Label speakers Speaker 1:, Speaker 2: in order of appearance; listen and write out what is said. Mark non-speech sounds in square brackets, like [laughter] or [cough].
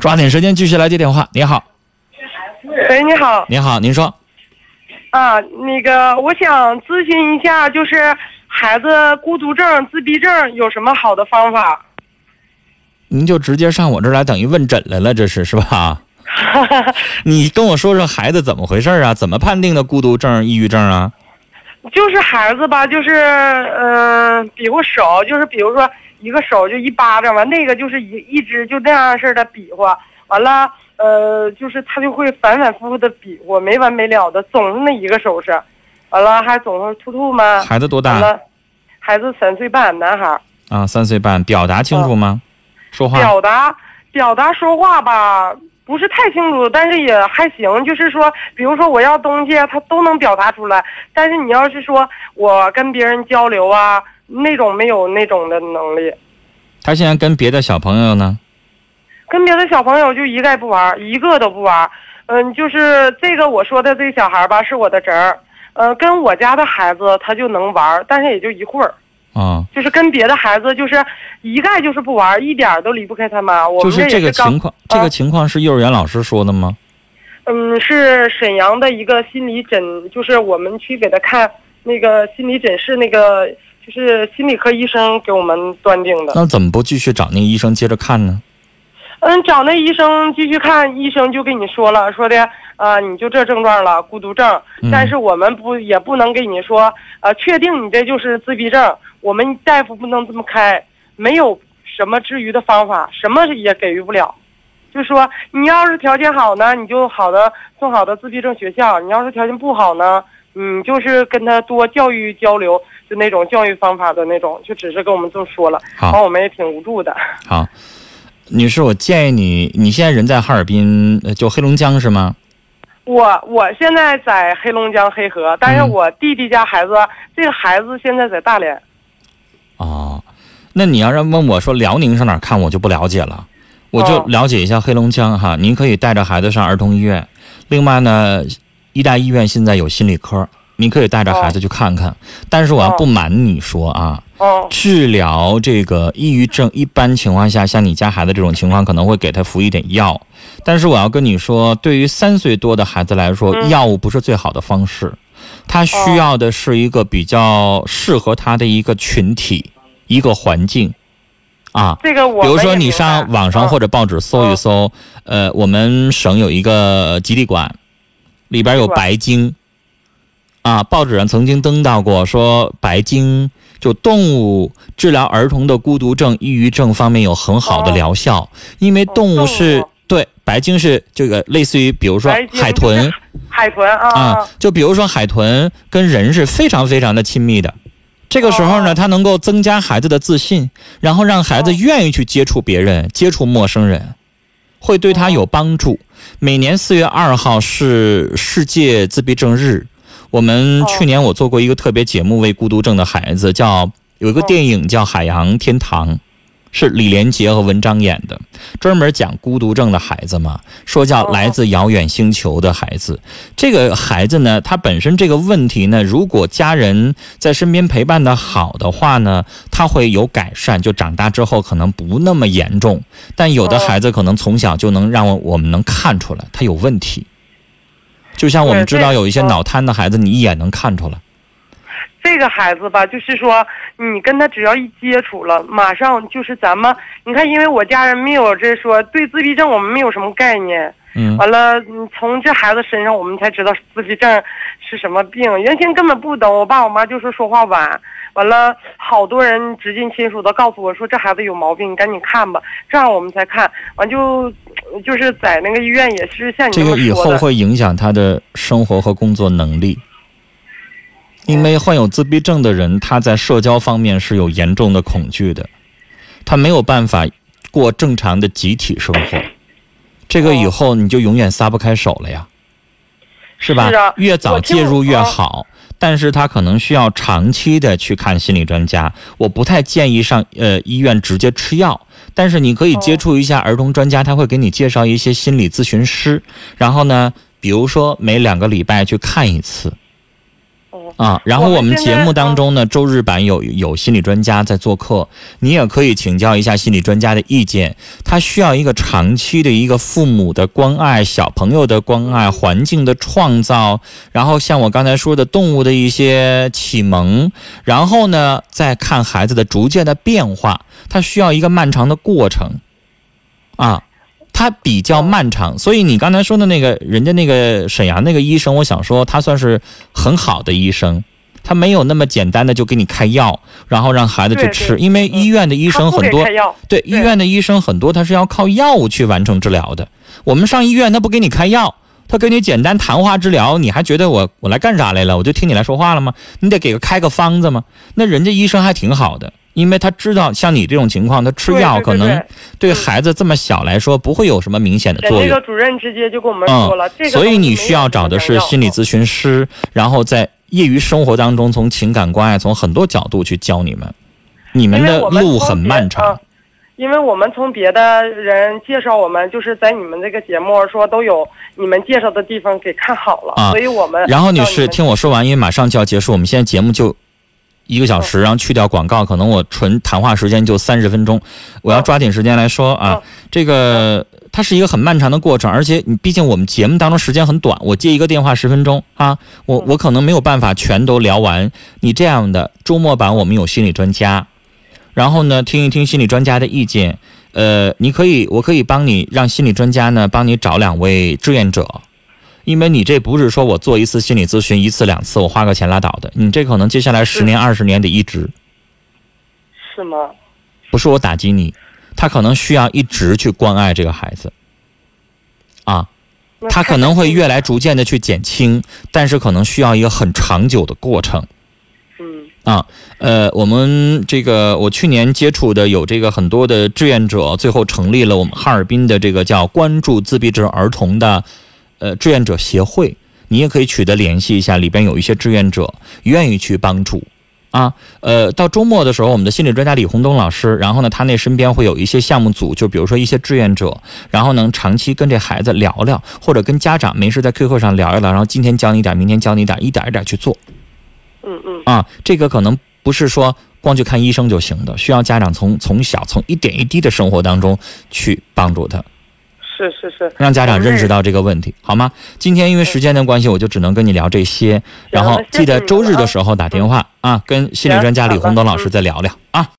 Speaker 1: 抓紧时间继续来接电话。你好，
Speaker 2: [laughs] 喂，哎你好，
Speaker 1: 你好，您说
Speaker 2: 啊，那个我想咨询一下，就是孩子孤独症、自闭症有什么好的方法？
Speaker 1: 您就直接上我这儿来，等于问诊来了，这是是
Speaker 2: [laughs]
Speaker 1: 吧？你跟我说说孩子怎么回事儿啊？怎么判定的孤独症、抑郁症啊？
Speaker 2: 就是孩子吧，就是嗯、呃比划手，就是比如说一个手就一巴掌完，那个就是一一直就那样式的比划，完了呃，就是他就会反反复复的比划，没完没了的，总是那一个手势，完了还总是吐吐嘛，
Speaker 1: 孩子多
Speaker 2: 完
Speaker 1: 大
Speaker 2: 啊了，孩子三岁半，男孩儿。
Speaker 1: 啊？三岁半，表达清楚吗？说话
Speaker 2: 哦表达表达说话吧，不是太清楚，但是也还行。就是说，比如说我要东西啊，他都能表达出来。但是你要是说我跟别人交流啊，那种没有那种的能力。
Speaker 1: 他现在跟别的小朋友呢？
Speaker 2: 跟别的小朋友就一概不玩，一个都不玩。嗯，就是这个我说的这小孩吧，是我的侄儿。呃，跟我家的孩子他就能玩，但是也就一会儿。
Speaker 1: 啊，
Speaker 2: 就是跟别的孩子就是一概就是不玩，一点儿都离不开他妈。我
Speaker 1: 就
Speaker 2: 们
Speaker 1: 是
Speaker 2: 也
Speaker 1: 这个
Speaker 2: 刚啊
Speaker 1: 情况，这个情况是幼儿园老师说的吗？
Speaker 2: 嗯，是沈阳的一个心理诊，就是我们去给他看那个心理诊室，那个就是心理科医生给我们断定的。
Speaker 1: 那怎么不继续找那个医生接着看呢？
Speaker 2: 嗯，找那医生继续看，医生就跟你说了，说的啊、你就这症状了，孤独症。
Speaker 1: 嗯
Speaker 2: 但是我们不也不能给你说，呃，确定你这就是自闭症，我们大夫不能这么开，没有什么治愈的方法，什么也给予不了。就说你要是条件好呢，你就好的送好的自闭症学校；你要是条件不好呢，嗯，就是跟他多教育交流，就那种教育方法的那种，就只是跟我们这么说了，
Speaker 1: 好
Speaker 2: 完我们也挺无助的。
Speaker 1: 好，女士，我建议你，你现在人在哈尔滨，呃就黑龙江是吗？
Speaker 2: 我我现在在黑龙江黑河，但是
Speaker 1: 嗯
Speaker 2: 我弟弟家孩子，这个孩子现在在大连。
Speaker 1: 哦，那你要是问我说辽宁上哪儿看，我就不了解了，我就
Speaker 2: 哦
Speaker 1: 了解一下黑龙江哈。您可以带着孩子上儿童医院，另外呢，医大医院现在有心理科，您可以带着孩子去看看。但是我要
Speaker 2: 哦
Speaker 1: 不瞒你说啊，
Speaker 2: 哦
Speaker 1: 治疗这个抑郁症，一般情况下，像你家孩子这种情况，可能会给他服一点药。但是我要跟你说，对于三岁多的孩子来说，
Speaker 2: 嗯
Speaker 1: 药物不是最好的方式，他需要的是一个比较适合他的一个群体、一个环境，啊。
Speaker 2: 这个我
Speaker 1: 比如
Speaker 2: 们
Speaker 1: 说，
Speaker 2: 也
Speaker 1: 你
Speaker 2: 明
Speaker 1: 上
Speaker 2: 白
Speaker 1: 网上
Speaker 2: 嗯
Speaker 1: 或者报纸搜一搜，呃，我们省有一个吉利馆，里边有
Speaker 2: 是吧
Speaker 1: 白鲸，啊，报纸上曾经登到过，说白鲸就动物治疗儿童的孤独症、抑郁症方面有很好的
Speaker 2: 哦
Speaker 1: 疗效，因为动物
Speaker 2: 动
Speaker 1: 是、
Speaker 2: 物哦
Speaker 1: 对白鲸是这个类似于，比如说
Speaker 2: 白鲸
Speaker 1: 海
Speaker 2: 就是
Speaker 1: 豚，
Speaker 2: 海豚啊
Speaker 1: 啊，就比如说海豚跟人是非常非常的亲密的。这个时候呢，
Speaker 2: 哦
Speaker 1: 它能够增加孩子的自信，然后让孩子
Speaker 2: 哦
Speaker 1: 愿意去接触别人、接触陌生人，会对他有帮助。每年四月二号是世界自闭症日，我们
Speaker 2: 哦
Speaker 1: 去年我做过一个特别节目，为孤独症的孩子叫有一个
Speaker 2: 哦
Speaker 1: 电影叫《海洋天堂》，是李连杰和文章演的，专门讲孤独症的孩子嘛，说叫
Speaker 2: 哦
Speaker 1: 来自遥远星球的孩子。这个孩子呢，他本身这个问题呢，如果家人在身边陪伴的好的话呢，他会有改善，就长大之后可能不那么严重。但有的
Speaker 2: 哦
Speaker 1: 孩子可能从小就能让我我们能看出来他有问题，就像我们
Speaker 2: 对
Speaker 1: 知
Speaker 2: 这
Speaker 1: 道
Speaker 2: 个
Speaker 1: 有一些
Speaker 2: 哦
Speaker 1: 脑瘫的孩子，你一眼能看出来。
Speaker 2: 这个孩子吧，就是说你跟他只要一接触了，马上就是咱们，你看，因为我家人没有这说对自闭症，我们没有什么概念。
Speaker 1: 嗯，
Speaker 2: 完了，嗯从这孩子身上我们才知道自闭症是什么病，原先根本不懂。我爸我妈就说说话晚，完了好多人直近亲属都告诉我说这孩子有毛病，你赶紧看吧，这样我们才看。完就就是在那个医院也是像你
Speaker 1: 这
Speaker 2: 么
Speaker 1: 个以
Speaker 2: 说
Speaker 1: 后
Speaker 2: 的，
Speaker 1: 会影响他的生活和工作能力，因
Speaker 2: 哦
Speaker 1: 为患有自闭症的人，他在社交方面是有严重的恐惧的，他没有办法过正常的集体生活，这个
Speaker 2: 哦
Speaker 1: 以后你就永远撒不开手了呀，是吧？
Speaker 2: 是啊
Speaker 1: 越早
Speaker 2: 我听
Speaker 1: 介入越
Speaker 2: 啊
Speaker 1: 好。但是他可能需要长期的去看心理专家，我不太建议上呃医院直接吃药，但是你可以接
Speaker 2: 哦
Speaker 1: 触一下儿童专家，他会给你介绍一些心理咨询师，然后呢，比如说每两个礼拜去看一次，
Speaker 2: 嗯
Speaker 1: 啊，然后
Speaker 2: 我们
Speaker 1: 我们
Speaker 2: 现
Speaker 1: 节
Speaker 2: 在
Speaker 1: 目当
Speaker 2: 嗯
Speaker 1: 中呢，周日版有有心理专家在做客，你也可以请教一下心理专家的意见。他需要一个长期的一个父母的关爱、小朋友的关爱、环境的创造，然后像我刚才说的动物的一些启蒙，然后呢，再看孩子的逐渐的变化，他需要一个漫长的过程，啊。它比较漫长，所以你刚才说的那个人家那个沈阳那个医生，我想说他算是很好的医生，他没有那么简单的就给你开药，然后让孩子去
Speaker 2: 对
Speaker 1: 吃，
Speaker 2: 对
Speaker 1: 因为医院的医生
Speaker 2: 他不
Speaker 1: 很
Speaker 2: 给
Speaker 1: 多，
Speaker 2: 开药，
Speaker 1: 对，医院的医生很多，他是要靠药物去完成治疗的。我们上医院，他不给你开药，他给你简单谈话治疗，你还觉得我我来干啥来了？我就听你来说话了吗？你得给个开个方子吗？那人家医生还挺好的，因为他知道像你这种情况，他吃
Speaker 2: 对
Speaker 1: 药
Speaker 2: 对
Speaker 1: 可
Speaker 2: 对
Speaker 1: 能
Speaker 2: 对
Speaker 1: 对孩子这么小来说不会有什么明显的作用
Speaker 2: 人那个。主任直接就跟我们说了，这个
Speaker 1: 所以
Speaker 2: 东西
Speaker 1: 你
Speaker 2: 没
Speaker 1: 需
Speaker 2: 有
Speaker 1: 要
Speaker 2: 什么
Speaker 1: 找的
Speaker 2: 良
Speaker 1: 是
Speaker 2: 药
Speaker 1: 心理
Speaker 2: 嗯
Speaker 1: 咨询师，然后在业余生活当中，从情感关爱，从很多角度去教你们。你们
Speaker 2: 因为
Speaker 1: 的
Speaker 2: 我们
Speaker 1: 路
Speaker 2: 从
Speaker 1: 很
Speaker 2: 别
Speaker 1: 漫长。
Speaker 2: 啊因为我们从别的人介绍我们，就是在你们这个节目说都有你们介绍的地方给看好了，
Speaker 1: 啊
Speaker 2: 所以我们
Speaker 1: 然后女
Speaker 2: 让你
Speaker 1: 士，
Speaker 2: 们
Speaker 1: 听我说完，因为马上就要结束，我们现在节目就一个小时，然后去掉广告，可能我纯谈话时间就三十分钟，我要
Speaker 2: 嗯
Speaker 1: 抓紧时间来说啊
Speaker 2: 嗯。
Speaker 1: 这个它是一个很漫长的过程，而且你毕竟我们节目当中时间很短，我接一个电话十分钟啊，我
Speaker 2: 嗯
Speaker 1: 我可能没有办法全都聊完。你这样的周末版，我们有心理专家，然后呢，听一听心理专家的意见。呃，你可以，我可以帮你让心理专家呢帮你找两位志愿者，因为你这不是说我做一次心理咨询一次两次我花个钱拉倒的，你这可能接下来十年二十年得一直，
Speaker 2: 是吗？
Speaker 1: 不是我打击你，他可能需要一直去关爱这个孩子，啊，
Speaker 2: 那
Speaker 1: 他
Speaker 2: 太
Speaker 1: 可能
Speaker 2: 感
Speaker 1: 会
Speaker 2: 谢
Speaker 1: 越
Speaker 2: 你
Speaker 1: 来
Speaker 2: 了
Speaker 1: 逐渐的去减轻，但是可能需要一个很长久的过程。
Speaker 2: 嗯
Speaker 1: 啊，呃，我们这个我去年接触的有这个很多的志愿者，最后成立了我们哈尔滨的这个叫关注自闭症儿童的呃志愿者协会，你也可以取得联系一下，里边有一些志愿者愿意去帮助。啊，呃，到周末的时候，我们的心理专家李红东老师，然后呢，他那身边会有一些项目组，就比如说一些志愿者，然后能长期跟这孩子聊聊，或者跟家长没事在 QQ 上聊一聊，然后今天教你点儿，明天教你点儿，一点儿一点儿去做。
Speaker 2: 嗯嗯
Speaker 1: 啊，这个可能不是说光去看医生就行的，需要家长从从小从一点一滴的生活当中去帮助他，
Speaker 2: 是是是，
Speaker 1: 让家长认识到这个问题，好吗？今天因为时间的关系，我就只能跟你聊这些，然后
Speaker 2: 那谢谢
Speaker 1: 记得
Speaker 2: 你
Speaker 1: 周日
Speaker 2: 了
Speaker 1: 的
Speaker 2: 啊
Speaker 1: 时候打电话啊，跟心理
Speaker 2: 行
Speaker 1: 专家李
Speaker 2: 好
Speaker 1: 红
Speaker 2: 的
Speaker 1: 东老师
Speaker 2: 嗯
Speaker 1: 再聊聊啊。